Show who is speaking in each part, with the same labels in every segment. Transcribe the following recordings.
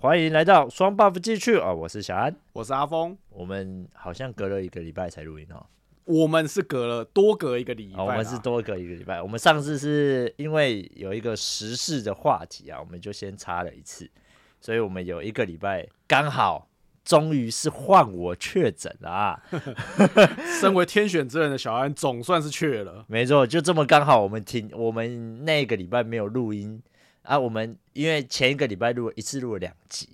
Speaker 1: 欢迎来到双 buff 继续啊、我是小安。
Speaker 2: 我是阿峰，
Speaker 1: 我们好像隔了一个礼拜才录音哦，
Speaker 2: 我们是隔了多隔一个礼拜
Speaker 1: 啊，
Speaker 2: 啦、
Speaker 1: 我们是多隔一个礼拜。我们上次是因为有一个时事的话题啊，我们就先插了一次，所以我们有一个礼拜刚好，终于是换我确诊了啊。
Speaker 2: 身为天选之人的小安，总算是去了。
Speaker 1: 没错，就这么刚好，我们停，我们那个礼拜没有录音啊。我们因为前一个礼拜录一次录了两集，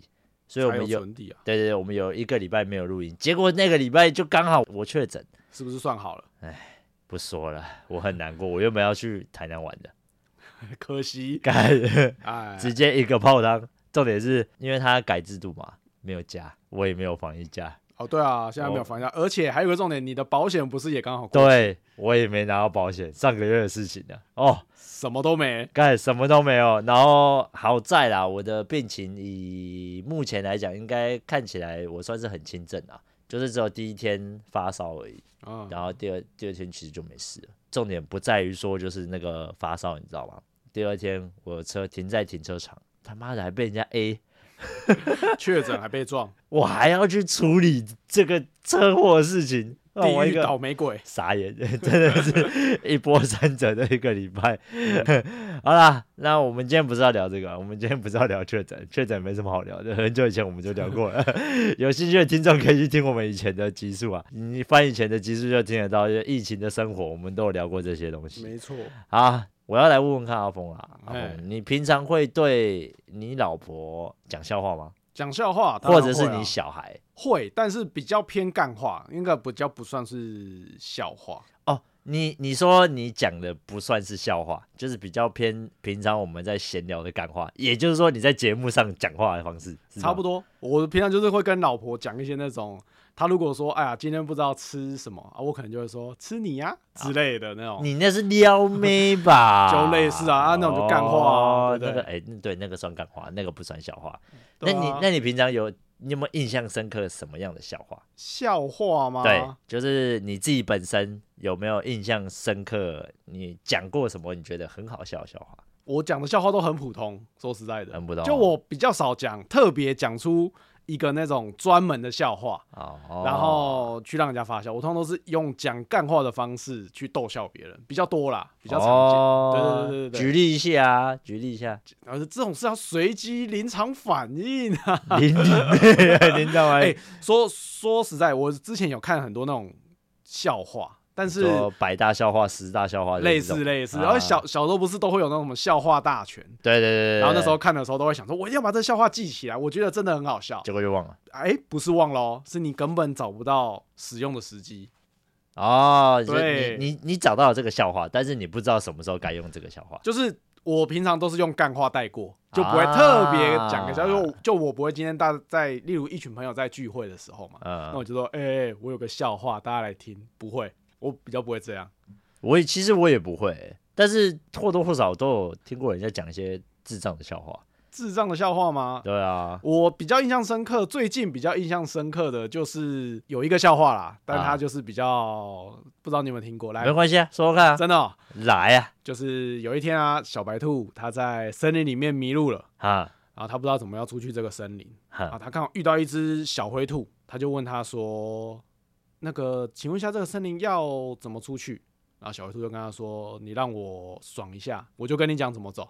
Speaker 1: 所以我
Speaker 2: 还
Speaker 1: 们
Speaker 2: 有
Speaker 1: 有
Speaker 2: 存底啊，
Speaker 1: 对对对，我们有一个礼拜没有录音，结果那个礼拜就刚好我确诊，
Speaker 2: 是不是算好了？
Speaker 1: 不说了， 我很难过。我原本要去台南玩的，
Speaker 2: 可惜，
Speaker 1: 改
Speaker 2: 哎，
Speaker 1: 直接一个泡汤。重点是因为他改制度嘛，没有加，我也没有防疫假，
Speaker 2: 哦，对啊，现在没有房价，而且还有个重点，你的保险不是也刚好过，
Speaker 1: 对我也没拿到保险，上个月的事情了。哦，
Speaker 2: 什么都没。
Speaker 1: 干什么都没有。然后好在啦，我的病情以目前来讲，应该看起来我算是很轻症啊，就是只有第一天发烧而已，
Speaker 2: 嗯，
Speaker 1: 然后第二第二天其实就没事了。重点不在于说就是那个发烧，你知道吗？第二天我的车停在停车场，他妈的还被人家 A，
Speaker 2: 确诊还被撞，
Speaker 1: 我还要去处理这个车祸的事情， 让我
Speaker 2: 地
Speaker 1: 一
Speaker 2: 狱
Speaker 1: 个
Speaker 2: 倒霉鬼。
Speaker 1: 傻眼， 真的是一波三折的一个礼拜。 好啦，那我们今天不是要聊这个，我们今天不是要聊确诊，确诊没什么好聊的，很久以前我们就聊过了。 有兴趣的听众可以去听我们以前的集数啊，你翻以前的集数就听得到，就是疫情的生活，我们都有聊过这些东西。
Speaker 2: 没错，
Speaker 1: 好，我要来问问看阿峰啦，阿
Speaker 2: 哎
Speaker 1: 峰，你平常会对你老婆讲笑话吗？
Speaker 2: 讲笑话，当
Speaker 1: 或
Speaker 2: 然
Speaker 1: 者是
Speaker 2: 会啊
Speaker 1: 你小孩？
Speaker 2: 会，但是比较偏干话，应该比较不算是笑话。
Speaker 1: 哦，你你说你讲的不算是笑话，就是比较偏平常我们在闲聊的干话，也就是说你在节目上讲话的方式，
Speaker 2: 差不
Speaker 1: 多。
Speaker 2: 多，我平常就是会跟老婆讲一些那种，她如果说哎呀今天不知道吃什么啊，我可能就会说吃你呀、
Speaker 1: 啊
Speaker 2: 之类的那种。
Speaker 1: 你那是撩妹吧？
Speaker 2: 就类似啊啊那种就干话啊
Speaker 1: 哦
Speaker 2: 对
Speaker 1: 那
Speaker 2: 不
Speaker 1: 个
Speaker 2: 对
Speaker 1: 哎、那对，那个算干话，那个不算笑话。那
Speaker 2: 对啊
Speaker 1: 你那你平常有你有没有印象深刻什么样的笑话？
Speaker 2: 笑话吗？
Speaker 1: 对，就是你自己本身有没有印象深刻？你讲过什么你觉得很好笑的笑话？
Speaker 2: 我讲的笑话都很普通，说实在的，
Speaker 1: 很普通
Speaker 2: 就我比较少讲，特别讲出一个那种专门的笑话，
Speaker 1: 哦，
Speaker 2: 然后去让人家发笑。我通常都是用讲干话的方式去逗笑别人，比较多啦，比较常见。
Speaker 1: 哦
Speaker 2: 对对对对对
Speaker 1: 举例一下啊，举例一 下。
Speaker 2: 而且这种是要随机临场反应啊。
Speaker 1: 林 林林兆
Speaker 2: 哎、
Speaker 1: 安，
Speaker 2: 说说实在，我之前有看很多那种笑话，但是
Speaker 1: 说百大笑话、十大笑话
Speaker 2: 类
Speaker 1: 这
Speaker 2: 似
Speaker 1: 种，
Speaker 2: 类似，
Speaker 1: 啊
Speaker 2: 然后小小时候不是都会有那种什么笑话大全，
Speaker 1: 对对对对。
Speaker 2: 然后那
Speaker 1: 对
Speaker 2: 时候看的时候都会想说，我一定要把这笑话记起来，我觉得真的很好笑。
Speaker 1: 结果就忘了。
Speaker 2: 哎、不是忘了哦，是你根本找不到使用的时机。
Speaker 1: 哦，就是
Speaker 2: 对
Speaker 1: 你你你找到了这个笑话，但是你不知道什么时候该用这个笑话。
Speaker 2: 就是我平常都是用干话带过，就不会特别讲个笑，
Speaker 1: 啊
Speaker 2: 就就我不会今天大家在例如一群朋友在聚会的时候嘛，那
Speaker 1: 嗯，
Speaker 2: 我就说，哎、哎我有个笑话，大家来听。不会，我比较不会这样。
Speaker 1: 我也其实我也不会，但是或多或少都有听过人家讲一些智障的笑话。
Speaker 2: 智障的笑话吗？
Speaker 1: 对啊，
Speaker 2: 我比较印象深刻，最近比较印象深刻的就是有一个笑话啦，但
Speaker 1: 啊
Speaker 2: 它就是比较、不知道你有没有听过，来
Speaker 1: 没，关系啊，说说看啊，
Speaker 2: 真的哦、
Speaker 1: 来啊
Speaker 2: 就是有一天啊，小白兔它在森林里面迷路了，
Speaker 1: 啊
Speaker 2: 然后它不知道怎么要出去这个森林啊，
Speaker 1: 哈，
Speaker 2: 它刚好遇到一只小灰兔，它就问它说：“那个，请问一下这个森林要怎么出去？”然后小灰兔就跟他说：“你让我爽一下，我就跟你讲怎么走。”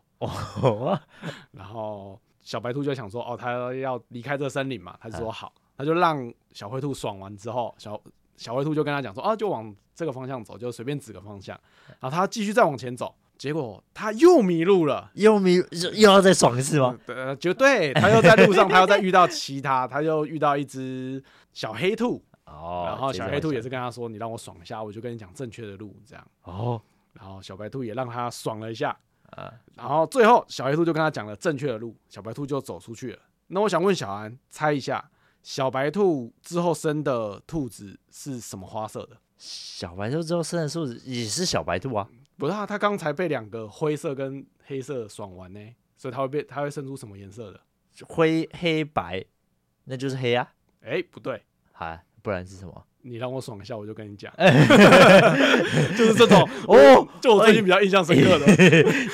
Speaker 1: 哦
Speaker 2: 然后小白兔就想说，哦，它要离开这森林嘛，他就说好，他就让小灰兔爽完之后，小小灰兔就跟他讲说，啊，就往这个方向走，就随便指个方向。然后他继续再往前走，结果他又迷路了。
Speaker 1: 又迷又又要再爽一次吗？
Speaker 2: 呃，绝对，他又在路上，他又再遇到其他，他又遇到一只小黑兔，
Speaker 1: 哦，
Speaker 2: 嗯然后小黑兔也
Speaker 1: 是
Speaker 2: 是跟他说：“你让我爽一下，我就跟你讲正确的路。”这样，
Speaker 1: 哦，
Speaker 2: 然后小白兔也让他爽了一下，
Speaker 1: 啊
Speaker 2: 然后最后小黑兔就跟他讲了正确的路，小白兔就走出去了。那我想问小安，猜一下，小白兔之后生的兔子是什么花色的？
Speaker 1: 小白兔之后生的素质也是小白兔啊，
Speaker 2: 不是啊，它刚才被两个灰色跟黑色爽完呢，所以它会被它会生出什么颜色的？
Speaker 1: 灰黑白，那就是黑啊，
Speaker 2: 哎，不对，
Speaker 1: 啊，不然是什么？
Speaker 2: 你让我爽一下，我就跟你 讲，就是这 种
Speaker 1: 哦，
Speaker 2: 就我最近比较印象深刻的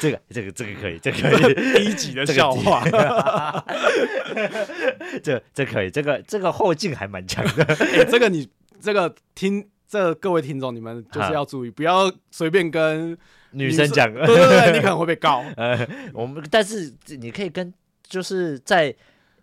Speaker 1: 这个这个这个可以，这个可以，
Speaker 2: 低级的笑话，
Speaker 1: 这这可以，这个这个后劲还蛮强 的。
Speaker 2: 哎，这个你这个听这各位听众，你们就是要注意，不要随便跟
Speaker 1: 女生讲，
Speaker 2: 对对对，你可能会被告。
Speaker 1: 呃，我们但是你可以跟就是在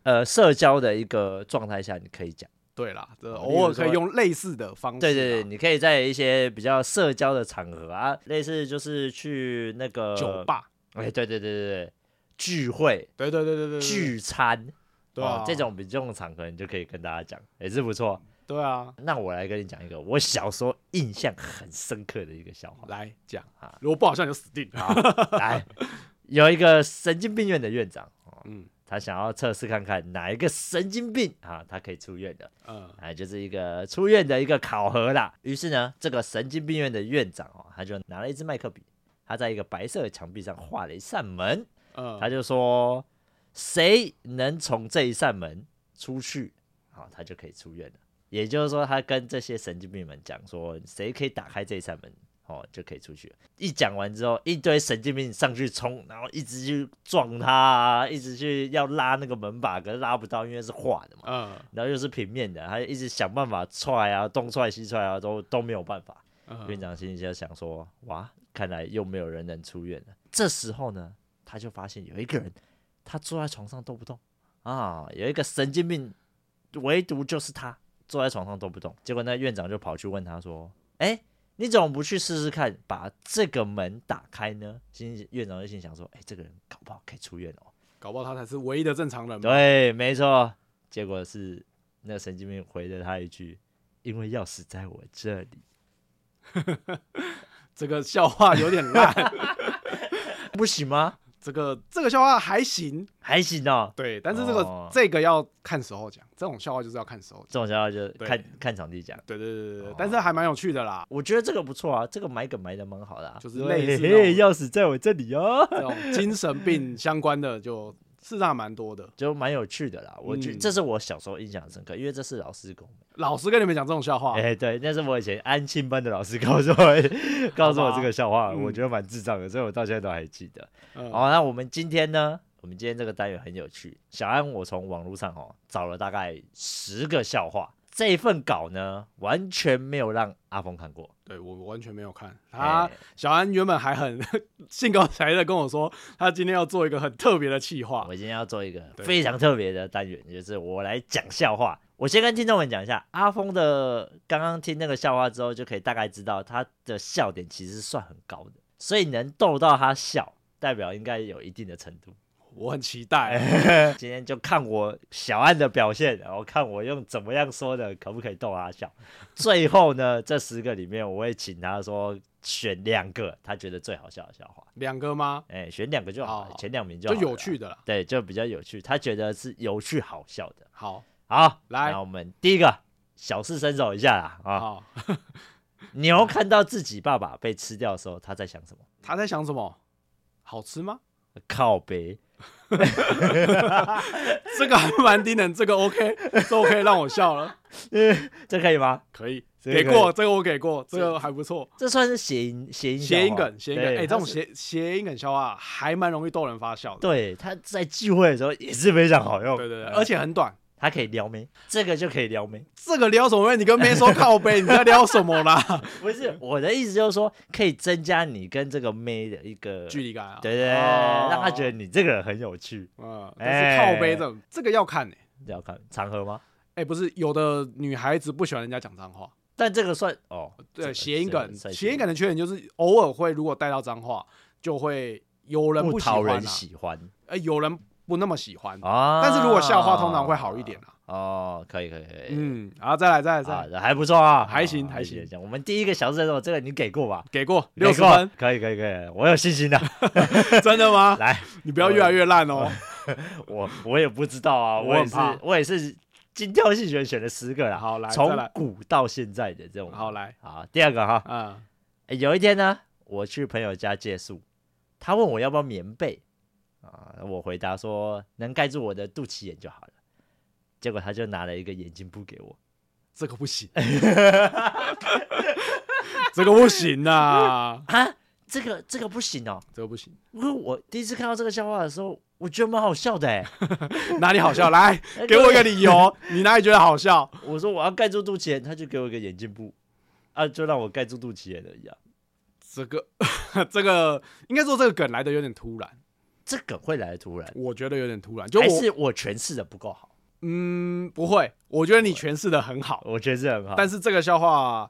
Speaker 1: 呃社交的一个状态下，你可以讲。
Speaker 2: 对啦，这
Speaker 1: 哦
Speaker 2: 偶
Speaker 1: 例如
Speaker 2: 尔可以
Speaker 1: 说
Speaker 2: 用类似的方式啊，
Speaker 1: 对对对，你可以在一些比较社交的场合啊，类似就是去那个
Speaker 2: 酒，吧，
Speaker 1: 哎，对对对对对，聚会、
Speaker 2: 对对对对对，对
Speaker 1: 聚餐，
Speaker 2: 对
Speaker 1: 哦
Speaker 2: 啊，
Speaker 1: 这种比这种场合，你就可以跟大家讲，也是不错。
Speaker 2: 对啊，
Speaker 1: 那我来跟你讲一个我小时候印象很深刻的一个笑话。
Speaker 2: 来讲
Speaker 1: 啊
Speaker 2: 如果不好笑你就死定了。
Speaker 1: 好，来，有一个神经病院的院长，哦、
Speaker 2: 嗯
Speaker 1: 他想要测试看看哪一个神经病啊，他可以出院的。
Speaker 2: 嗯
Speaker 1: 啊，就是一个出院的一个考核啦。于是呢，这个神经病院的院长哦，他就拿了一支麦克笔，他在一个白色的墙壁上画了一扇门，
Speaker 2: 嗯，
Speaker 1: 他就说，谁能从这一扇门出去，好、他就可以出院了。也就是说，他跟这些神经病们讲说，谁可以打开这一扇门，哦，就可以出去了。一讲完之后，一堆神经病上去冲，然后一直去撞他啊，一直去要拉那个门把，可是拉不到，因为是画的嘛。
Speaker 2: 嗯
Speaker 1: 然后又是平面的，他就一直想办法踹啊，东踹西踹啊，都都没有办法。院
Speaker 2: 嗯，
Speaker 1: 长心里就想说，哇，看来又没有人能出院了。这时候呢，他就发现有一个人，他坐在床上动不动啊，有一个神经病，唯独就是他坐在床上动不动。结果那院长就跑去问他说，哎。你怎么不去试试看，把这个门打开呢？心院长就心想说：“哎、这个人搞不好可以出院哦。”
Speaker 2: 搞不好他才是唯一的正常人嘛。
Speaker 1: 对，没错。结果是那个神经病回了他一句：“因为钥匙在我这里。
Speaker 2: 这个笑话有点烂，”
Speaker 1: 不行吗？
Speaker 2: 这个这个笑话还行，
Speaker 1: 还行哦。
Speaker 2: 对，但是这个、
Speaker 1: 哦
Speaker 2: 这个要看时候讲，这种笑话就是要看时候讲。
Speaker 1: 这种笑话就
Speaker 2: 对
Speaker 1: 看看场地讲。
Speaker 2: 对对对对对，
Speaker 1: 哦
Speaker 2: 但是还蛮有趣的啦，
Speaker 1: 我觉得这个不错啊，这个埋梗埋的蛮好的、啊，
Speaker 2: 就是
Speaker 1: 对
Speaker 2: 类似那
Speaker 1: 嘿嘿
Speaker 2: 种
Speaker 1: 钥匙在我这里哦，
Speaker 2: 这种精神病相关的就事实上蛮多的。
Speaker 1: 就蛮有趣的啦。我觉
Speaker 2: 嗯
Speaker 1: 这是我小时候印象深刻，因为这是老师跟我们，
Speaker 2: 老实跟你们讲这种笑话，
Speaker 1: 哎、对，那是我以前安庆班的老师告诉 我告诉我这个笑话，
Speaker 2: 嗯
Speaker 1: 我觉得蛮智障的，所以我到现在都还记得。
Speaker 2: 嗯
Speaker 1: 好，那我们今天呢？我们今天这个单元很有趣。小安，我从网络上哦找了大概十个笑话，这一份稿呢完全没有让阿峰看过。
Speaker 2: 对我完全没有看他
Speaker 1: 哎。
Speaker 2: 小安原本还很 兴高采烈的跟我说，他今天要做一个很特别的企划
Speaker 1: 我。今天要做一个
Speaker 2: 对
Speaker 1: 非常特别的单元，就是我来讲笑话。我先跟听众们讲一下，阿峰的刚刚听那个笑话之后，就可以大概知道他的笑点其实算很高的，所以能逗到他笑，代表应该有一定的程 度。
Speaker 2: 我很期
Speaker 1: 哎
Speaker 2: 待，
Speaker 1: 今天就看我小安的表现，然后看我用怎么样说的，可不可以逗他笑。最后呢，这十个里面，我会请他说选两个他觉得最好笑的笑话，
Speaker 2: 两个吗？
Speaker 1: 哎、选两个就好了，
Speaker 2: 好
Speaker 1: 前两名就
Speaker 2: 就
Speaker 1: 好了
Speaker 2: 有趣，的啦。
Speaker 1: 对，就比较有趣，他觉得是有趣好笑的。
Speaker 2: 好，
Speaker 1: 好，
Speaker 2: 来
Speaker 1: 那我们第一个小试身手一下啦啊！
Speaker 2: 好，
Speaker 1: 牛看到自己爸爸被吃掉的时候，他在想什么？
Speaker 2: 他在想什么？好吃吗？
Speaker 1: 靠北，
Speaker 2: 这个还蛮低能，这个 OK，这 OK 让我 笑了，
Speaker 1: 这可以吗？
Speaker 2: 可以，
Speaker 1: 这个
Speaker 2: 给过这个我给过，这个还不错。
Speaker 1: 这算是谐音谐音
Speaker 2: 谐
Speaker 1: 笑
Speaker 2: 音
Speaker 1: 话
Speaker 2: 梗，谐音梗，
Speaker 1: 对
Speaker 2: 哎，这
Speaker 1: 它
Speaker 2: 种
Speaker 1: 是
Speaker 2: 谐谐音梗笑话还蛮容易逗人发笑的。
Speaker 1: 对，他在聚会的时候也是非常好用，
Speaker 2: 对对对，
Speaker 1: 呃
Speaker 2: 而且很短。
Speaker 1: 他可以撩妹，这个就可以撩妹。
Speaker 2: 这个撩什么妹？你跟妹说靠背，你在撩什 么啦？
Speaker 1: 不是我的意思，就是说可以增加你跟这个妹的一个
Speaker 2: 距离感啊，
Speaker 1: 对对对，
Speaker 2: 哦
Speaker 1: 让他觉得，你这个人很有趣。
Speaker 2: 嗯，但是靠背这
Speaker 1: 哎
Speaker 2: 种这个要看欸诶，
Speaker 1: 要看场合吗？
Speaker 2: 哎，不是有的女孩子不喜欢人家讲脏话，
Speaker 1: 但这个算哦，这
Speaker 2: 对，
Speaker 1: 个啊
Speaker 2: 谐音梗，
Speaker 1: 算
Speaker 2: 谐音梗的缺点就是偶尔会如果带到脏话，就会有人
Speaker 1: 不
Speaker 2: 喜
Speaker 1: 讨
Speaker 2: 欢啊
Speaker 1: 人，喜欢
Speaker 2: 哎，有人不那么喜欢，
Speaker 1: 啊。
Speaker 2: 但是如果笑话通常会好一点啊。
Speaker 1: 哦，可以可以可以，
Speaker 2: 嗯，然后再来再来再
Speaker 1: 啊
Speaker 2: 来，，
Speaker 1: 还不错啊，
Speaker 2: 还行
Speaker 1: 啊
Speaker 2: 还行。
Speaker 1: 这样我们第一个小时的时候，这个你给过吧？
Speaker 2: 给过
Speaker 1: 给
Speaker 2: 六十
Speaker 1: 过
Speaker 2: 分，，
Speaker 1: 可以可以可以，我有信心啊 的。
Speaker 2: 真的吗？
Speaker 1: 来，
Speaker 2: 你不要越来越 烂哦。
Speaker 1: 我我也不知道啊，
Speaker 2: 我
Speaker 1: 我也
Speaker 2: 很
Speaker 1: 是
Speaker 2: 怕
Speaker 1: 我也是精挑细选选了十个啦，
Speaker 2: 好来再
Speaker 1: 从
Speaker 2: 来
Speaker 1: 古到现在的这种。
Speaker 2: 好来，
Speaker 1: 好，第二个哈、
Speaker 2: 嗯，
Speaker 1: 诶有一天呢，我去朋友家借宿，他问我要不要棉被啊，我回答说能盖住我的肚脐眼就好了，结果他就拿了一个眼睛布给我，
Speaker 2: 这个 不行，这个不行呐、
Speaker 1: 啊，这个这个不行哦，
Speaker 2: 这个不行，
Speaker 1: 因为我第一次看到这个笑话的时候，我觉得蛮好笑的哎、
Speaker 2: 哪里好 笑？来， 给我一个理由，你哪里觉得好笑？
Speaker 1: 我说我要盖住肚脐眼，他就给我一个眼镜布，啊，就让我盖住肚脐眼而已啊。
Speaker 2: 这个这个应该说这个梗来的有点突然，
Speaker 1: 这梗会来的突然，
Speaker 2: 我觉得有点突然，就
Speaker 1: 还
Speaker 2: 我
Speaker 1: 是我诠释的不够好？
Speaker 2: 嗯不会，我觉得你诠释的很好，
Speaker 1: 我诠释得很好，
Speaker 2: 但
Speaker 1: 是
Speaker 2: 是这个笑话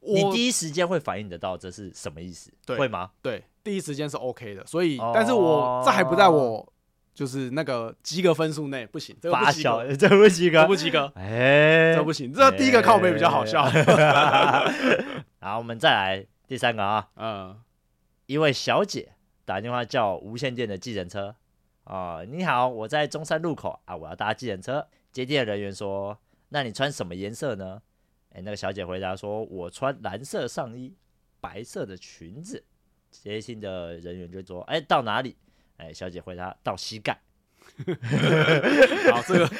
Speaker 1: 你
Speaker 2: 我
Speaker 1: 第一时间会反应得到这是什么意思，
Speaker 2: 对
Speaker 1: 会吗？
Speaker 2: 对第一时间是 OK 的，所以、
Speaker 1: 哦
Speaker 2: 但是我这还不在我就是那个及格分数内，不行，这个不
Speaker 1: 发
Speaker 2: 及格，
Speaker 1: 小，这不及
Speaker 2: 这
Speaker 1: 格
Speaker 2: 不，及格，
Speaker 1: 哎，
Speaker 2: 这不行，这第一个靠背比较好笑，
Speaker 1: 好，我们再来第三个啊，
Speaker 2: 嗯。
Speaker 1: 一位小姐打电话叫无线电的计程车啊、你好，我在中山路口啊，我要搭计程车。接电的人员说，那你穿什么颜色呢？哎，那个小姐回答说，我穿蓝色上衣，白色的裙子。接信的人员就说，哎，到哪里？哎，小姐回答到膝盖。
Speaker 2: 好，这个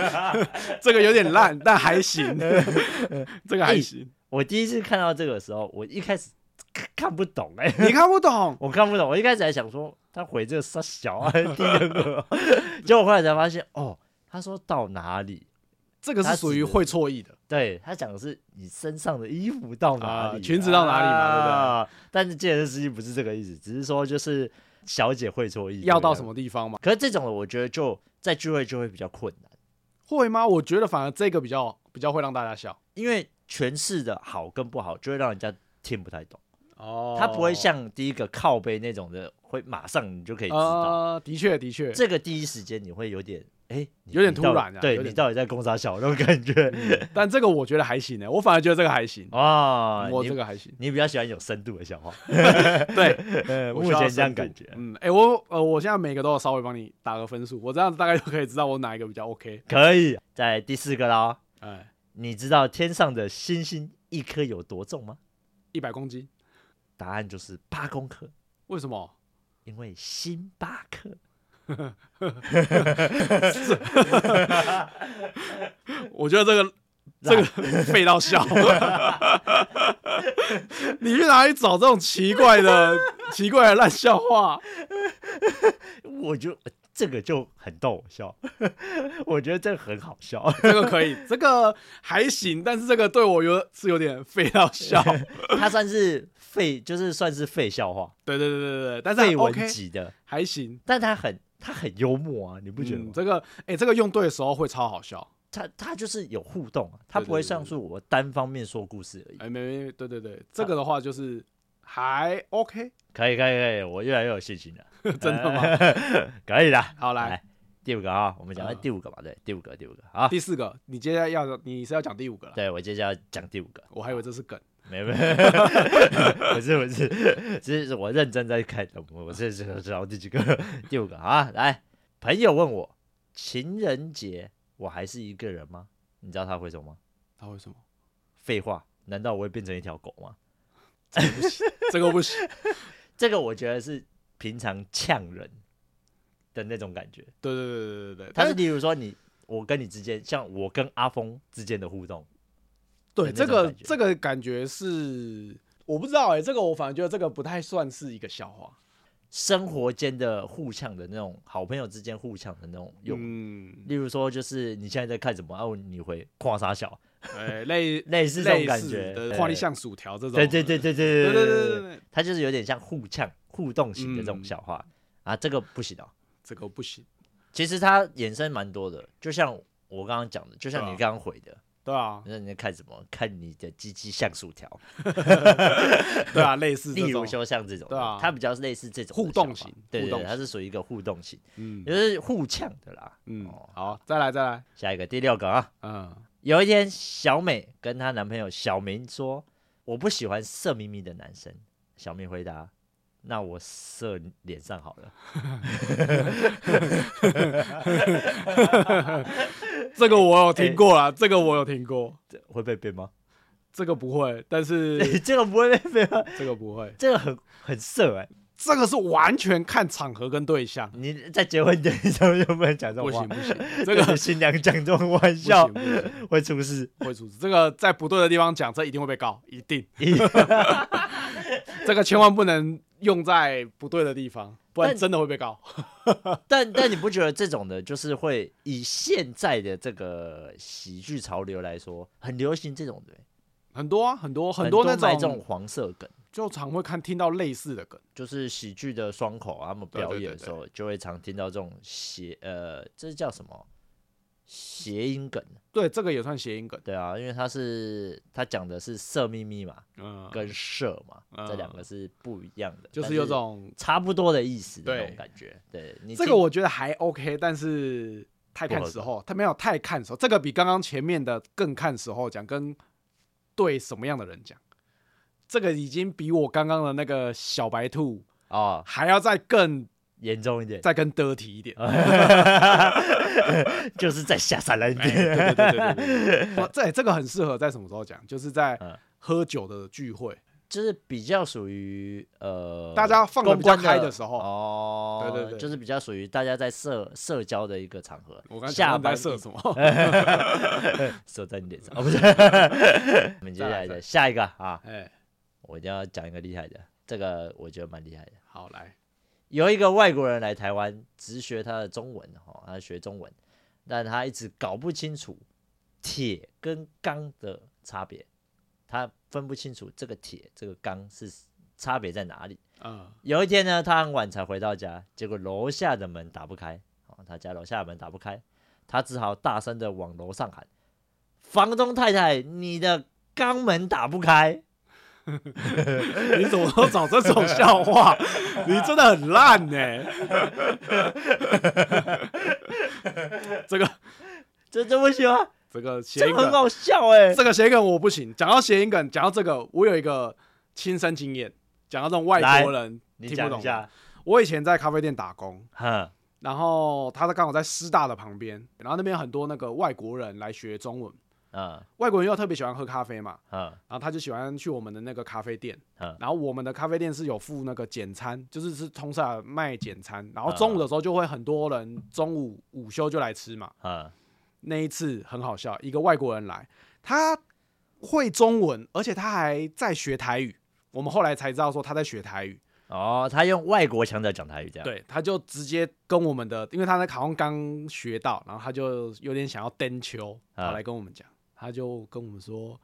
Speaker 2: 这个有点烂，但还行，这
Speaker 1: 哎
Speaker 2: 个还行。
Speaker 1: 我第一次看到这个的时候，我一开始看看不懂哎、
Speaker 2: 你看不懂，
Speaker 1: 我看不懂，我一开始还想说他回这个傻小啊，第一 个，结果后来才发现，哦，他说到哪里？
Speaker 2: 这个是属于会错意的，
Speaker 1: 对他讲的是你身上的衣服到哪里、
Speaker 2: 啊裙子到哪里嘛对不对
Speaker 1: 啊但是健身司机不是这个意思，只是说就是小姐会错意，
Speaker 2: 要到什
Speaker 1: 么？
Speaker 2: 么地方嘛？
Speaker 1: 可是这种的，我觉得就在聚会就会比较困难，
Speaker 2: 会吗？我觉得反而这个比较比较会让大家笑。
Speaker 1: 因为诠释的好跟不好，就会让人家听不太懂。
Speaker 2: 哦
Speaker 1: 他不会像第一个靠背那种的，会马上你就可以知道。
Speaker 2: 呃，的确的确，
Speaker 1: 这个第一时间你会有点哎、你
Speaker 2: 有点
Speaker 1: 你到
Speaker 2: 突然啊有
Speaker 1: 对
Speaker 2: 点嗯
Speaker 1: 你到底在攻啥小那种感觉
Speaker 2: 但这个我觉得还行呢，欸我反而觉得这个还行，
Speaker 1: 啊？
Speaker 2: 嗯我
Speaker 1: 你
Speaker 2: 这个 还行。
Speaker 1: 你比较喜欢有深度的笑 话，
Speaker 2: 对，
Speaker 1: 呃，
Speaker 2: 我
Speaker 1: 目
Speaker 2: 需要
Speaker 1: 前这样
Speaker 2: 深度
Speaker 1: 感觉
Speaker 2: 嗯，哎，我呃，我现在每个都有稍微帮你打个分数，我这样子大概就可以知道我哪一个比较 OK。
Speaker 1: 可以。在第四个啦，
Speaker 2: 哎，
Speaker 1: 你知道天上的星星一颗有多重吗？
Speaker 2: 一百公斤，
Speaker 1: 答案就是八公克，
Speaker 2: 为什么？
Speaker 1: 因为星巴克。
Speaker 2: 我觉得这个这个废到 笑。你去哪里找这种奇怪的、奇怪的烂笑话？
Speaker 1: 我就这个就很逗我笑， 我觉得这个很好笑。
Speaker 2: 这个可以，这个还行，但是这个对我有是有点废到 笑。
Speaker 1: 它算是废，就是算是废笑话，
Speaker 2: 对对对对对，但
Speaker 1: 废
Speaker 2: 是啊
Speaker 1: 文
Speaker 2: OK
Speaker 1: 级的，
Speaker 2: 还行。
Speaker 1: 但它很它很幽默啊，你不觉得吗
Speaker 2: 嗯，？这个哎、这个用对的时候会超好笑。
Speaker 1: 他他就是有互动啊，他
Speaker 2: 对
Speaker 1: 不会
Speaker 2: 对对
Speaker 1: 上
Speaker 2: 对
Speaker 1: 述我单方面说故事而已。
Speaker 2: 哎、没没，对对对，这个的话就是还 OK，
Speaker 1: 可以可以可以，我越来越有信心了。
Speaker 2: 真的吗？
Speaker 1: 可以的。
Speaker 2: 好 来
Speaker 1: 哎来，第五个啊，我们讲到
Speaker 2: 嗯
Speaker 1: 第五个吧，对，第五个第五个啊，
Speaker 2: 第四个，你接下来要你是要讲第五个了，
Speaker 1: 对我接下来讲第五个，
Speaker 2: 我还以为这是梗。
Speaker 1: 没 有没有，不是不是，只是我认真在看，我我这是知道第几个， 第五个啊，来，朋友问我情人节我还是一个人吗？你知道他回什么吗？
Speaker 2: 他为什 么？
Speaker 1: 废话，难道我会变成一条狗吗？
Speaker 2: 这个不行。
Speaker 1: 这个我觉得是平常呛人的那种感觉。
Speaker 2: 对对对对对对，
Speaker 1: 他是例如说你我跟你之间，像我跟阿峰之间的互动，
Speaker 2: 对，
Speaker 1: 的那种
Speaker 2: 这个
Speaker 1: 感觉
Speaker 2: 这个感觉是我不知道哎、这个我反而觉得这个不太算是一个笑话。
Speaker 1: 生活间的互呛的那种，好朋友之间互呛的那种用。
Speaker 2: 嗯，
Speaker 1: 例如说，就是你现在在看什么？哦、你回跨傻小，
Speaker 2: 呃，类
Speaker 1: 类似这种
Speaker 2: 类
Speaker 1: 感
Speaker 2: 似
Speaker 1: 觉，
Speaker 2: 的
Speaker 1: 对
Speaker 2: 画力像薯条这种。
Speaker 1: 对对对对对
Speaker 2: 对
Speaker 1: 对对
Speaker 2: 对对
Speaker 1: 对
Speaker 2: 对
Speaker 1: 对，
Speaker 2: 对，
Speaker 1: 它就是有点像互呛、互动型的这种
Speaker 2: 嗯
Speaker 1: 笑话、啊，这个不行哦。
Speaker 2: 这个不行。
Speaker 1: 其实它衍生蛮多的，就像我刚刚讲的，就像
Speaker 2: 对啊
Speaker 1: 你刚刚回的，
Speaker 2: 对啊，
Speaker 1: 那你在看什么？看你的鸡鸡像薯条，
Speaker 2: 对啊，类似
Speaker 1: 例
Speaker 2: 这
Speaker 1: 如
Speaker 2: 种。
Speaker 1: 就像这种的，
Speaker 2: 对啊
Speaker 1: 它比较类似这种的
Speaker 2: 互动
Speaker 1: 想法
Speaker 2: 型
Speaker 1: 对
Speaker 2: 互
Speaker 1: 对
Speaker 2: 动
Speaker 1: 对，
Speaker 2: 型
Speaker 1: 它是属于一个互动型，
Speaker 2: 嗯
Speaker 1: 也就是互呛的啦。
Speaker 2: 嗯
Speaker 1: 哦，
Speaker 2: 好，再来再来。
Speaker 1: 下一个第六个啊，
Speaker 2: 嗯，
Speaker 1: 有一天小美跟她男朋友小明说：“我不喜欢色眯眯的男生。”小明回答：“那我射脸上好了。
Speaker 2: 这个我有听过啦，这个我有听过，”
Speaker 1: 这会被编吗？
Speaker 2: 这个不会，但是
Speaker 1: 这个不会被编吗？
Speaker 2: 这个不会，
Speaker 1: 这个很很色哎、
Speaker 2: 这个是完全看场合跟对象，
Speaker 1: 你在结婚 典礼上面就不能讲这
Speaker 2: 不
Speaker 1: 种话
Speaker 2: 行，不行，这
Speaker 1: 对
Speaker 2: 个
Speaker 1: 你新娘讲这种玩
Speaker 2: 不
Speaker 1: 笑
Speaker 2: 行不行
Speaker 1: 会出事。
Speaker 2: 会出事，这个在不对的地方讲，这一定会被告，一定，
Speaker 1: 一
Speaker 2: 这个千万不能用在不对的地方，不然
Speaker 1: 但
Speaker 2: 真的会被告。
Speaker 1: 但但你不觉得这种的，就是会以现在的这个喜剧潮流来说，很流行这种的欸、
Speaker 2: 很多啊，很多很
Speaker 1: 多
Speaker 2: 多那
Speaker 1: 卖这
Speaker 2: 种
Speaker 1: 种黄色梗，
Speaker 2: 就常会看听到类似的梗，
Speaker 1: 就是喜剧的双口啊，他们
Speaker 2: 对对
Speaker 1: 表
Speaker 2: 对
Speaker 1: 演的
Speaker 2: 对
Speaker 1: 时候就会常听到这种谐呃，这叫什么谐音梗？
Speaker 2: 对，这个也算谐音梗，
Speaker 1: 对啊，因为他是他讲的是色秘密嘛，
Speaker 2: 嗯，
Speaker 1: 跟社嘛，这两
Speaker 2: 嗯
Speaker 1: 个是不一样的，
Speaker 2: 就是
Speaker 1: 但
Speaker 2: 有种
Speaker 1: 差不多的意思的那
Speaker 2: 对
Speaker 1: 种感觉。对你
Speaker 2: 这
Speaker 1: 听
Speaker 2: 个我觉得还 OK，但是太看时候，他没有太看时候，这个比刚刚前面的更看时候讲，跟对什么样的人讲，这个已经比我刚刚的那个小白兔
Speaker 1: 哦
Speaker 2: 还要再更
Speaker 1: 严重一点，
Speaker 2: 再更得体一点。
Speaker 1: 啊 就是再下山了一
Speaker 2: 哎
Speaker 1: 点。
Speaker 2: 对对对对 对对，哇这这个很适合在什么时候讲？就是在
Speaker 1: 嗯
Speaker 2: 喝酒的聚会，
Speaker 1: 就是比较属于呃，
Speaker 2: 大家放得
Speaker 1: 公关
Speaker 2: 比较开的时候
Speaker 1: 哦，
Speaker 2: 对对对
Speaker 1: 就是比较属于大家在社社交的一个场合。
Speaker 2: 我刚才
Speaker 1: 下
Speaker 2: 想问
Speaker 1: 班
Speaker 2: 在射什么？
Speaker 1: 射在你脸上哦，不是。 我们接下来
Speaker 2: 再来
Speaker 1: 的下一个啊，
Speaker 2: 哎，
Speaker 1: 我一定要讲一个厉害的，这个我觉得蛮厉害的。
Speaker 2: 好来，
Speaker 1: 有一个外国人来台湾只学他的中文哈、哦，他学中文，但他一直搞不清楚铁跟钢的差别，他分不清楚这个铁这个钢是差别在哪里。
Speaker 2: 嗯，
Speaker 1: 有一天呢，他很晚才回到家，结果楼下的门打不开，哦，他家楼下的门打不开，他只好大声的往楼上喊：“房东太太，你的钢门打不开。
Speaker 2: 你怎么都找这种 笑话？你真的很烂呢、这个”
Speaker 1: 这这不行啊，
Speaker 2: 这个谐
Speaker 1: 这
Speaker 2: 音
Speaker 1: 很
Speaker 2: 梗，
Speaker 1: 好笑哎、
Speaker 2: 这个谐音梗我不行。讲到谐音梗，讲到这个，我有一个亲身经验。讲到这种外国人
Speaker 1: 你
Speaker 2: 听不
Speaker 1: 讲
Speaker 2: 懂
Speaker 1: 一，下，
Speaker 2: 我以前在咖啡店打工，
Speaker 1: 哼，
Speaker 2: 然后他刚好在师大的旁边，然后那边很多那个外国人来学中文，
Speaker 1: 嗯
Speaker 2: 外国人又特别喜欢喝咖啡嘛，
Speaker 1: 嗯
Speaker 2: 然后他就喜欢去我们的那个咖啡店，
Speaker 1: 嗯
Speaker 2: 然后我们的咖啡店是有附那个简餐，就是是通常卖简餐，然后中午的时候就会很多人中午午休就来吃嘛。
Speaker 1: 嗯，
Speaker 2: 那一次很好笑，一个外国人来，他会中文，而且他还在学台语。我们后来才知道说他在学台语，
Speaker 1: 哦，他用外国腔调讲台语这样，，
Speaker 2: 对，他就直接跟我们的，因为他在考上刚学到，然后他就有点想要登球，
Speaker 1: 啊
Speaker 2: 跑来跟我们讲，他就跟我们说，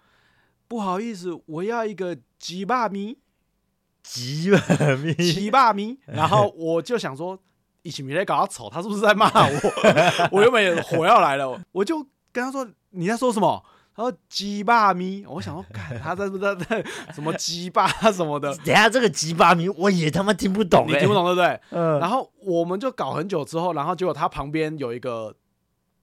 Speaker 2: 不好意思，我要一个吉巴米。
Speaker 1: 吉本咪，
Speaker 2: 七霸 咪，然后我就想说，一起米在搞他丑，他是不是在骂 我？我原本也火要来了，我就跟他说你在说什么？他说鸡霸咪，我想说，看他在不在在什么鸡霸什么的，
Speaker 1: 等一下这个吉巴咪我也他妈听不懂、欸，
Speaker 2: 你听不，懂对不对？
Speaker 1: 嗯
Speaker 2: 然后我们就搞很久之后，然后结果他旁边有一个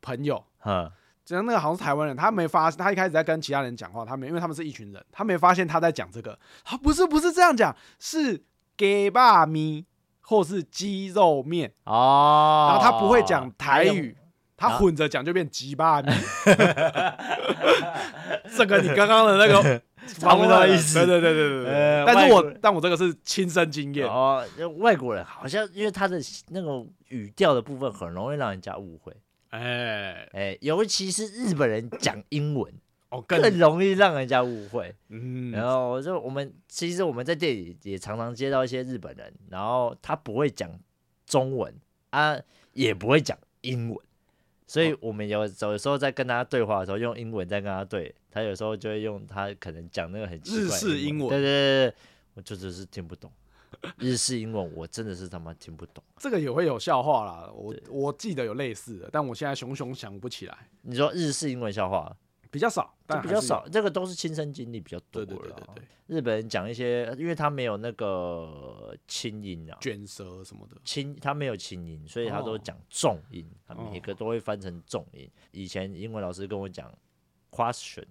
Speaker 2: 朋友，
Speaker 1: 嗯
Speaker 2: 只要那个好像是台湾人，他没发，他一开始在跟其他人讲话，他没，因为他们是一群人，他没发现他在讲这个。他不是不是这样讲，是 gay 爸咪或是鸡肉面，
Speaker 1: 哦，
Speaker 2: 然后他不会
Speaker 1: 啊
Speaker 2: 讲台语，他
Speaker 1: 用
Speaker 2: 混着讲就变鸡 爸咪。这个你刚刚的那个
Speaker 1: 差不多的意思
Speaker 2: 对对对对对对
Speaker 1: 呃。
Speaker 2: 但是
Speaker 1: 外国
Speaker 2: 我但我这个是亲身经
Speaker 1: 他用。
Speaker 2: 验，
Speaker 1: 哦，那外国人好像因为他的那种语调的部分很容易让人家误会，
Speaker 2: 哎，
Speaker 1: 哎、尤其是日本人讲英文
Speaker 2: 哦更
Speaker 1: 更容易让人家误会。然
Speaker 2: 嗯，
Speaker 1: 后就我们其实我们在店里也常常接到一些日本人，然后他不会讲中文啊，也不会讲英文，所
Speaker 2: 哦
Speaker 1: 以我们有有时候在跟他对话的时候用英文在跟他对，他有时候就会用他可能讲那个很奇怪的
Speaker 2: 日式英文
Speaker 1: 对对对对，我就只是听不懂。日式英文我真的是他妈听不懂。
Speaker 2: 这个也会有笑话啦。我我记得有类似的，但我现在熊熊想不起来。
Speaker 1: 你说日式英文笑话，
Speaker 2: 比较少，
Speaker 1: 这
Speaker 2: 但
Speaker 1: 比
Speaker 2: 还
Speaker 1: 较
Speaker 2: 是有。
Speaker 1: 少，这个都是亲身经历比较多
Speaker 2: 对
Speaker 1: 了
Speaker 2: 对
Speaker 1: 啊。
Speaker 2: 对对对，
Speaker 1: 日本人讲一些，因为他没有那个轻音啊，
Speaker 2: 卷舌什么的，
Speaker 1: 轻，他没有轻音，所以他都
Speaker 2: 哦
Speaker 1: 讲重音，他
Speaker 2: 哦
Speaker 1: 每个都会翻成重音。以前英文老师跟我讲 question，question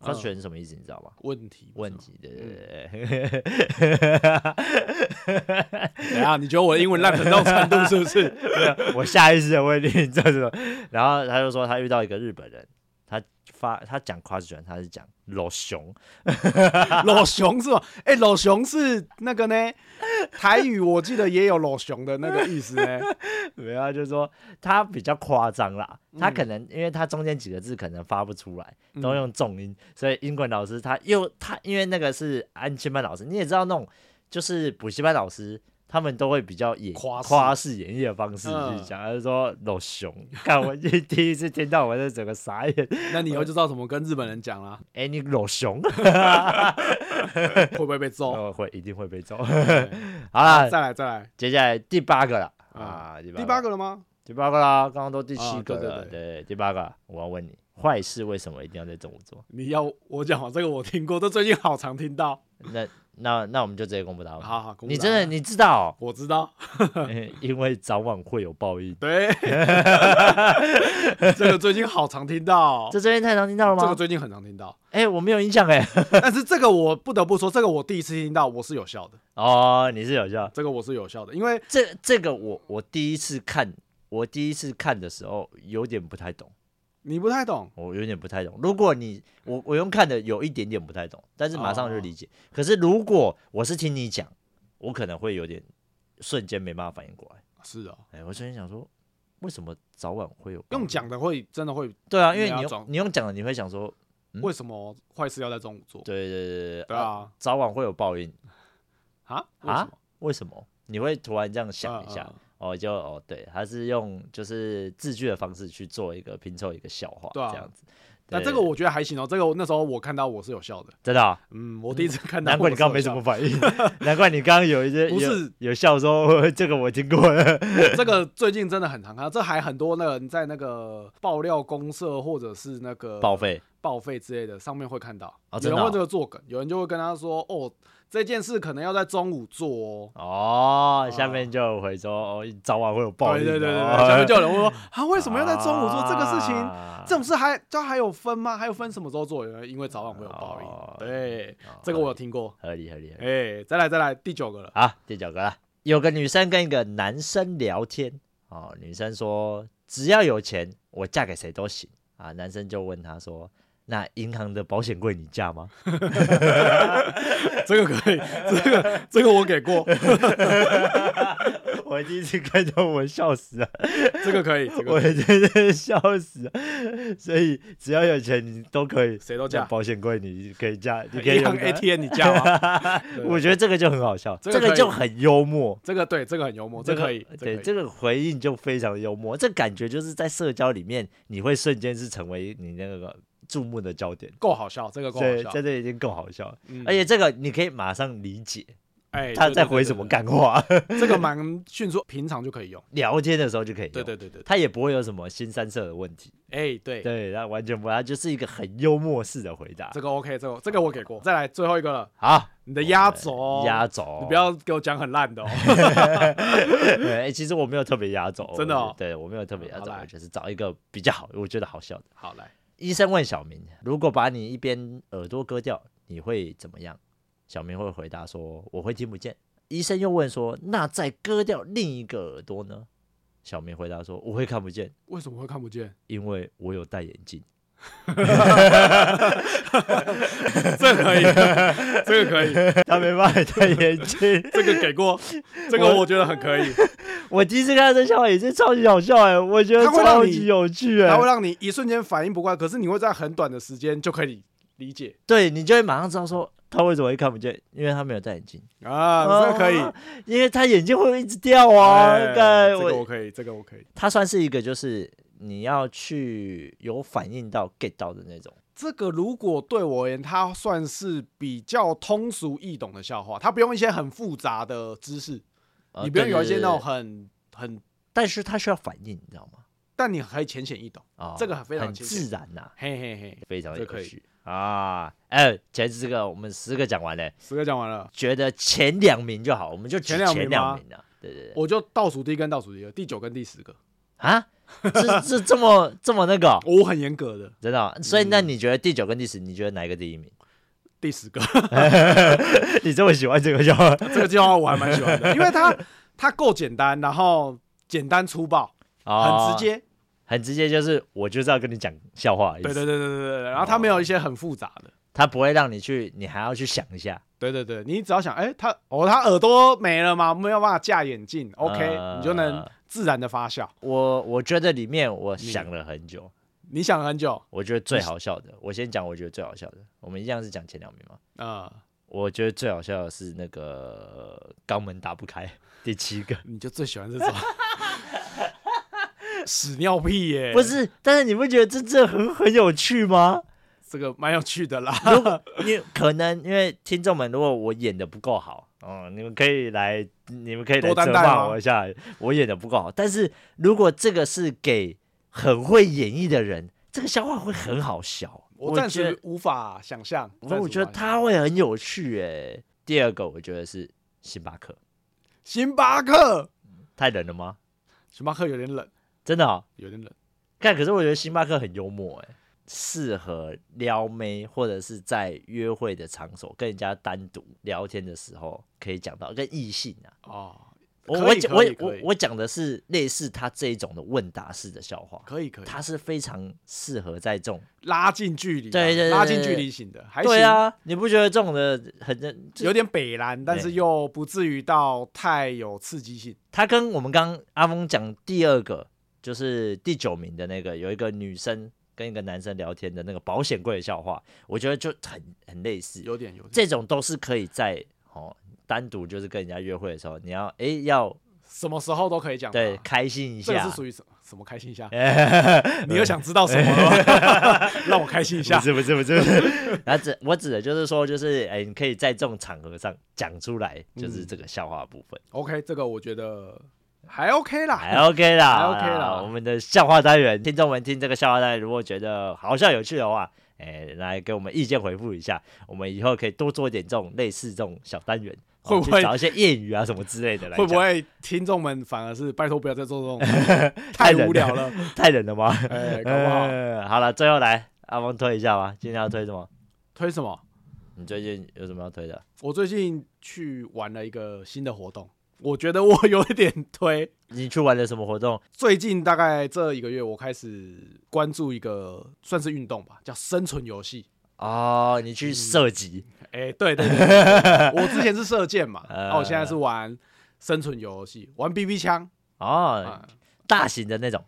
Speaker 2: 嗯
Speaker 1: 是什么意思？你知道吗？
Speaker 2: 问题
Speaker 1: 问
Speaker 2: 是
Speaker 1: 题，对对对 对，
Speaker 2: 吗。怎啊样？你觉得我的英文烂成这种程度 是不是？
Speaker 1: 我下意识的问你，这种。然后他就说他遇到一个日本人，他发他讲夸卷，他是讲老熊，
Speaker 2: 老熊是吧？哎、老熊是那个呢，台语我记得也有老熊的那个意思呢。
Speaker 1: 没有啊，就是说他比较夸张啦，
Speaker 2: 嗯
Speaker 1: 他可能、因为他中间几个字可能发不出来，都用重音，所以英文老师他又他因为那个是安亲班老师，你也知道那种就是补习班老师。他们都会比较演
Speaker 2: 夸饰嗯
Speaker 1: 夸饰演绎的方式去讲，他就说“老熊”，看我第一次听到，我就整个傻眼。
Speaker 2: 那你以后就知道怎么跟日本人讲啦，
Speaker 1: 哎、你老熊，
Speaker 2: 会不会 被揍？
Speaker 1: 哦，会一定会被揍。
Speaker 2: 对
Speaker 1: 好了，
Speaker 2: 再来再来，
Speaker 1: 接下来第八个了
Speaker 2: 嗯
Speaker 1: 啊，第
Speaker 2: 第八，个了吗？
Speaker 1: 第八个啦，刚刚都第七
Speaker 2: 啊
Speaker 1: 个
Speaker 2: 对对
Speaker 1: 了，对，第八个，我要问你，坏事为什么一定要在中午做？
Speaker 2: 你要我讲吗？这个我听过，这最近好常听到。
Speaker 1: 那那那我们就直接公布答案。
Speaker 2: 好好，公布
Speaker 1: 哦你
Speaker 2: 答
Speaker 1: 真的
Speaker 2: 案、
Speaker 1: 你知道
Speaker 2: 我知道，
Speaker 1: 嗯因为早晚会有报应。
Speaker 2: 对，这个最近好常听到，
Speaker 1: 这这边太常听到了
Speaker 2: 这个
Speaker 1: 吗？
Speaker 2: 最近很常听到。
Speaker 1: 哎、我没有印象哎、
Speaker 2: 但是这个我不得不说，这个我第一次听到，我是有效的，
Speaker 1: 哦，你是有效。
Speaker 2: 这个我是有效的，因为
Speaker 1: 这这个我我第一次看，我第一次看的时候有点不太懂，
Speaker 2: 你不太懂，
Speaker 1: 我有点不太懂。如果你我我用看的有一点点不太懂，但是马上就
Speaker 2: 哦
Speaker 1: 理解。可是如果我是听你讲，我可能会有点瞬间没办法反应过来。
Speaker 2: 是哦，
Speaker 1: 哎、我瞬间想说，为什么早晚会有
Speaker 2: 用
Speaker 1: 报
Speaker 2: 讲的会真的会，
Speaker 1: 应？对啊，因为
Speaker 2: 你
Speaker 1: 你
Speaker 2: 要
Speaker 1: 用
Speaker 2: 找
Speaker 1: 你用讲的，你会想说，嗯
Speaker 2: 为什么坏事要在中午做？
Speaker 1: 对对对对
Speaker 2: 对，啊，
Speaker 1: 早晚会有报应，
Speaker 2: 啊
Speaker 1: 啊为什么？你会突然这样想一下，，
Speaker 2: 为什么嗯嗯
Speaker 1: 哦，就哦，对，他是用就是字句的方式去做一个拼凑一个笑话，
Speaker 2: 对啊
Speaker 1: 这样子。
Speaker 2: 但
Speaker 1: 对
Speaker 2: 这个我觉得还行哦，这个我那时候我看到我是有效的，
Speaker 1: 真的啊、
Speaker 2: 嗯，我第一次看到，
Speaker 1: 难怪你刚刚没什么，反应， 难怪你刚刚有一些
Speaker 2: 不是
Speaker 1: 有有笑说 这个我听过了，
Speaker 2: 这个最近真的很常看到，这还很多那个在那个爆料公社或者是那个
Speaker 1: 报废
Speaker 2: 报废之类的上面会看到，
Speaker 1: 哦
Speaker 2: 有
Speaker 1: 真的哦
Speaker 2: 人会这个做梗，有人就会跟他说，哦，这件事可能要在中午做哦。
Speaker 1: 哦。下面就有回说哦，早晚会有报应
Speaker 2: 对
Speaker 1: 哦、
Speaker 2: 对对对对，下面就有人会说啊，为
Speaker 1: 为
Speaker 2: 什么要在中午做这个事情？
Speaker 1: 啊
Speaker 2: 这种
Speaker 1: 情？
Speaker 2: 事还这还有分吗？还有分什么时候做？有人因为早晚会有报应。
Speaker 1: 哦
Speaker 2: 对，
Speaker 1: 哦
Speaker 2: 这个我有听过。
Speaker 1: 合理合理合理。
Speaker 2: 哎、再来再来，第九个了。
Speaker 1: 好，第九个了，有个女生跟一个男生聊天，哦，女生说只要有钱，我嫁给谁都行啊。男生就问她说，那银行的保险柜你嫁吗？
Speaker 2: 这个可以，这个这个我给过，
Speaker 1: 我第一次看到我笑死了，
Speaker 2: 这个可以，这
Speaker 1: 我
Speaker 2: 个
Speaker 1: 真的笑死了。所以只要有钱，你都可以，
Speaker 2: 谁都嫁
Speaker 1: 那保险柜你可以嫁，你可以
Speaker 2: 银行
Speaker 1: 用它。
Speaker 2: ATM 你加吗？对
Speaker 1: 我觉得这个就很好笑，
Speaker 2: 这
Speaker 1: 这
Speaker 2: 个
Speaker 1: 个
Speaker 2: 可以
Speaker 1: 就很幽默。
Speaker 2: 这个对，这个很幽默，这
Speaker 1: 哦这
Speaker 2: 可以，
Speaker 1: 对，
Speaker 2: 这
Speaker 1: 这个回应就非常幽默，这感觉就是在社交里面，你会瞬间是成为你那个注目的焦点。
Speaker 2: 够好笑，这个够好
Speaker 1: 对，
Speaker 2: 笑
Speaker 1: 在。这已经够好笑了，
Speaker 2: 嗯
Speaker 1: 而且这个你可以马上理解
Speaker 2: 哎，
Speaker 1: 他
Speaker 2: 对
Speaker 1: 在回什么，干话，
Speaker 2: 对对对对这个蛮迅速，平常就可以用。
Speaker 1: 聊天的时候就可以用。
Speaker 2: 对对对对，
Speaker 1: 他也不会有什么新三色的问题，
Speaker 2: 哎对，
Speaker 1: 对，他完全不会，他就是一个很幽默式的回答
Speaker 2: 这。个 OK，这个这个我给过。再来最后一个了，
Speaker 1: 好，
Speaker 2: 你的压轴，
Speaker 1: 哦压，轴，
Speaker 2: 哦你不要给我讲很烂的哦。
Speaker 1: 对。 哎，其实我没有特别压轴，
Speaker 2: 真的哦
Speaker 1: 对我没有特别压
Speaker 2: 好
Speaker 1: 轴，
Speaker 2: 来
Speaker 1: 我就是找一个比较好，我觉得好笑的。
Speaker 2: 好来，
Speaker 1: 医生问小明：“如果把你一边耳朵割掉，你会怎么样？”小明会回答说：“我会听不见。”医生又问说：“那再割掉另一个耳朵呢？”小明回答说：“我会看不见，
Speaker 2: 为什么会看不见？
Speaker 1: 因为我有戴眼镜。
Speaker 2: 这个可 以，这个可以，
Speaker 1: 他没办法戴眼镜。
Speaker 2: 这个给过，这个我觉得很可以。
Speaker 1: 我第一次看到这笑话也是超级好笑哎、我觉得
Speaker 2: 他会让
Speaker 1: 超
Speaker 2: 你
Speaker 1: 级有趣哎、
Speaker 2: 它会让你一瞬间反应不过来，可是你会在很短的时间就可以理解
Speaker 1: 对你就会马上知道说他为什么会看不见，因为他没有戴眼镜。
Speaker 2: 啊，这个可以。
Speaker 1: 啊因为他眼镜会一直掉啊。
Speaker 2: 哎
Speaker 1: 干
Speaker 2: 这
Speaker 1: 我
Speaker 2: 个我可以，这个我可以，
Speaker 1: 它算是一个就是你要去有反应到 get 到的那种。
Speaker 2: 这个如果对我而言，它算是比较通俗易懂的笑话，它不用一些很复杂的知识，
Speaker 1: 呃
Speaker 2: 你不用有一些那，
Speaker 1: 对对
Speaker 2: 种
Speaker 1: 对对
Speaker 2: 很很，
Speaker 1: 但是它需要反应，你知道吗？
Speaker 2: 但你可以浅显易懂。
Speaker 1: 啊、
Speaker 2: 这个非常
Speaker 1: 很
Speaker 2: 亲
Speaker 1: 自
Speaker 2: 切
Speaker 1: 然呐、
Speaker 2: 嘿嘿嘿，
Speaker 1: 非常
Speaker 2: 这
Speaker 1: 有
Speaker 2: 可以
Speaker 1: 趣啊！哎，前十个我们十个讲完了，
Speaker 2: 十个讲完了，
Speaker 1: 觉得前两名就好，我们就举
Speaker 2: 前两名
Speaker 1: 前两
Speaker 2: 吗
Speaker 1: 名啊。对对对，
Speaker 2: 我就倒数第一跟倒数第二，第九跟第十个，
Speaker 1: 啊，这 这这么这么那个哦、
Speaker 2: 我很严格的，
Speaker 1: 真的哦、所以那你觉得第九跟第十，你觉得哪一个第一名？
Speaker 2: 第十个
Speaker 1: 你这么喜欢这个笑话？
Speaker 2: 这个计划我还蛮喜 欢的，因为它它够简单，然后简单粗暴，很直
Speaker 1: 哦
Speaker 2: 接，
Speaker 1: 很直接，就是我就是要跟你讲笑话的意思。
Speaker 2: 对对对对对对，
Speaker 1: 啊
Speaker 2: 然后它没有一些很复杂的，
Speaker 1: 他不会让你去，你还要去想一下。
Speaker 2: 对对对，你只要想，哎、他哦，他耳朵没了吗？没有办法架眼镜，OK，、
Speaker 1: 呃
Speaker 2: 你就能自然的发笑。
Speaker 1: 我我觉得里面我
Speaker 2: 嗯
Speaker 1: 想了很久，
Speaker 2: 你想了很久，
Speaker 1: 我觉得最好笑的，我先讲我觉得最好笑的，我们一样是讲前两名嘛。
Speaker 2: 呃，
Speaker 1: 我觉得最好笑的是那个肛门打不开， 第七 个
Speaker 2: 你就最喜欢这种 屎尿屁耶、
Speaker 1: 不是，但是你不觉得这这很很有趣吗？
Speaker 2: 这个蛮有 趣的啦。
Speaker 1: 如果你可能因为听众们，如果我演的不够好，哦、你们可以来，你们可以来
Speaker 2: 多担
Speaker 1: 责
Speaker 2: 待
Speaker 1: 骂
Speaker 2: 吗
Speaker 1: 我一下，我演的不够好。但是如果这个是给很会演绎的人，这个笑话会很好笑。
Speaker 2: 我暂
Speaker 1: 觉得
Speaker 2: 时无法想象，
Speaker 1: 我
Speaker 2: 暂时
Speaker 1: 我
Speaker 2: 无
Speaker 1: 觉得
Speaker 2: 法
Speaker 1: 他会很有趣哎、第二个我觉得是星巴克，
Speaker 2: 星巴克，
Speaker 1: 太冷了吗？
Speaker 2: 星巴克有点冷，
Speaker 1: 真的、哦，
Speaker 2: 有点冷。
Speaker 1: 但可是我觉得星巴克很幽默哎、适合撩妹或者是在约会的场所跟人家单独聊天的时候可以讲到，跟异性啊。
Speaker 2: 哦，
Speaker 1: 我
Speaker 2: 可
Speaker 1: 我
Speaker 2: 以
Speaker 1: 讲
Speaker 2: 可
Speaker 1: 我
Speaker 2: 以可
Speaker 1: 我
Speaker 2: 以
Speaker 1: 我讲的是类似他这一种的问答式的笑话，
Speaker 2: 可以可以，
Speaker 1: 它是非常适合在这种
Speaker 2: 拉近距离啊，
Speaker 1: 对对对
Speaker 2: 拉近
Speaker 1: 对
Speaker 2: 距
Speaker 1: 对
Speaker 2: 离型的，还
Speaker 1: 对
Speaker 2: 行，
Speaker 1: 啊，你不觉得这种的很
Speaker 2: 有点北蓝，但是
Speaker 1: 对
Speaker 2: 又不至于到太有刺激性。
Speaker 1: 他跟我们刚刚阿峰讲第二个，就是第九名的那个，有一个女生跟一个男生聊天的那个保险柜的笑话，我觉得就很很类似。
Speaker 2: 有点有点
Speaker 1: 这种都是可以在哦单独就是跟人家约会的时候，你要诶要
Speaker 2: 什么时候都可以讲。
Speaker 1: 对，开心一
Speaker 2: 这个
Speaker 1: 下哎
Speaker 2: 是。 属于什么什么开心一下？
Speaker 1: 不
Speaker 2: 你又想知道什 么 了？让我开心一下。
Speaker 1: 是不是不是，不 是然后指我指的就是说，就是哎、你可以在这种场合上讲出来，
Speaker 2: 嗯
Speaker 1: 就是这个笑话的部分，
Speaker 2: OK，这个我觉得还 OK 啦，
Speaker 1: 还 OK 啦，
Speaker 2: 还 OK 啦
Speaker 1: 我们的笑话单元，听众们听这个笑话单元，如果觉得好笑有趣的话，哎、来给我们意见回复一下，我们以后可以多做一点这种类似这种小单元，
Speaker 2: 会
Speaker 1: 哦
Speaker 2: 不
Speaker 1: 去
Speaker 2: 会
Speaker 1: 找一些谚语啊什么之类的来
Speaker 2: 会
Speaker 1: 讲？
Speaker 2: 不会听众们反而是拜托不要再做 这种太
Speaker 1: 冷
Speaker 2: 无聊
Speaker 1: 了
Speaker 2: 了？
Speaker 1: 太冷了吗？
Speaker 2: 哎，搞不 好
Speaker 1: 呃好了，最后来阿峰推一下吧，今天要推什么？
Speaker 2: 推什么？
Speaker 1: 你最近有什么要推的？
Speaker 2: 我最近去玩了一个新的活动，我觉得我 有一点推，
Speaker 1: 你去玩了什么活动？
Speaker 2: 最近大概这一个月，我开始关注一个算是运动吧，叫生存游戏。
Speaker 1: 哦，你去射击，
Speaker 2: 哎、对对对对对对我之前是射箭嘛，
Speaker 1: 呃
Speaker 2: 然后我现在是玩生存游戏，玩 BB 枪
Speaker 1: 哦
Speaker 2: 啊、，
Speaker 1: 大型的那种，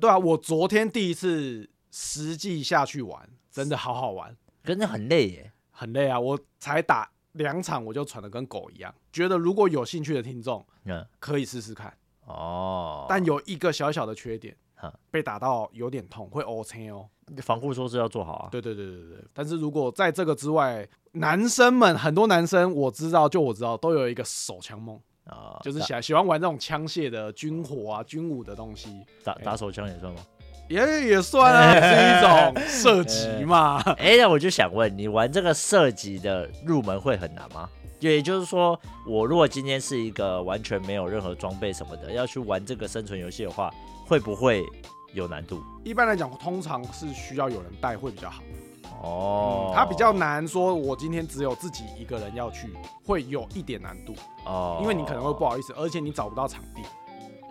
Speaker 2: 对啊，我昨天第一次实际下去玩，真的好好玩，
Speaker 1: 可是那很累耶。
Speaker 2: 很累啊，我才打两场我就喘得跟狗一样。觉得如果有兴趣的听众
Speaker 1: 嗯，
Speaker 2: 可以试试看，
Speaker 1: 哦，
Speaker 2: 但有一个小小的缺点
Speaker 1: 哈，
Speaker 2: 被打到有点痛，会 O 青哦。
Speaker 1: 防护措施要做好啊。
Speaker 2: 对对对对对。但是如果在这个之外，男生们很多男生我知道，就我知道都有一个手枪梦，
Speaker 1: 啊，
Speaker 2: 就是
Speaker 1: 打
Speaker 2: 喜喜欢玩这种枪械的军火啊、军武的东西，
Speaker 1: 打打手枪也算吗？
Speaker 2: 也也算啊，是一种射击嘛。
Speaker 1: 哎，那我就想问你，玩这个射击的入门会很难吗？也就是说，我如果今天是一个完全没有任何装备什么的，要去玩这个生存游戏的话，会不会有难度？
Speaker 2: 一般来讲，通常是需要有人带会比较好。
Speaker 1: 哦
Speaker 2: 嗯，，它比较难，说我今天只有自己一个人要去，会有一点难度，
Speaker 1: 哦，
Speaker 2: 因为你可能会不好意思，而且你找不到场地。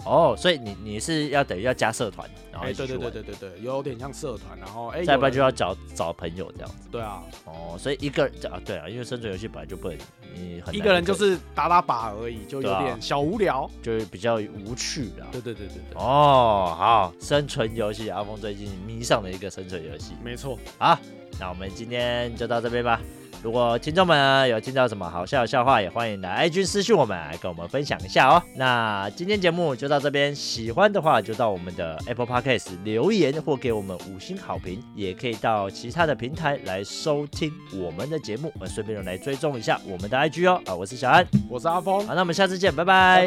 Speaker 1: 哦，所以你你是要等于要加社团，然后
Speaker 2: 哎，
Speaker 1: 一起
Speaker 2: 对
Speaker 1: 去
Speaker 2: 对对
Speaker 1: 玩，
Speaker 2: 对对对，有点像社团，然后哎，
Speaker 1: 再
Speaker 2: 有
Speaker 1: 不然
Speaker 2: 人
Speaker 1: 就要找找朋友这样子。
Speaker 2: 对啊，
Speaker 1: 哦，所以一个人啊，对啊，因为生存游戏本来就不能你很
Speaker 2: 一
Speaker 1: 难
Speaker 2: 个人就是打打靶而已，就
Speaker 1: 对
Speaker 2: 有
Speaker 1: 啊
Speaker 2: 点小无聊。
Speaker 1: 就是比较无趣的。
Speaker 2: 对对对对 对，
Speaker 1: 哦，好，生存游戏，阿峰最近迷上了一个生存游戏。
Speaker 2: 没错，
Speaker 1: 好，那我们今天就到这边吧。如果听众们有听到什么好笑的笑话，也欢迎来 IG 私讯我们，来跟我们分享一下哦。那今天节目就到这边，喜欢的话就到我们的 Apple Podcast 留言或给我们五星好评，也可以到其他的平台来收听我们的节目，呃，顺便来追踪一下我们的 IG 哦。啊，我是小安，
Speaker 2: 我是阿峰，
Speaker 1: 好，那我们下次见，
Speaker 2: 拜拜。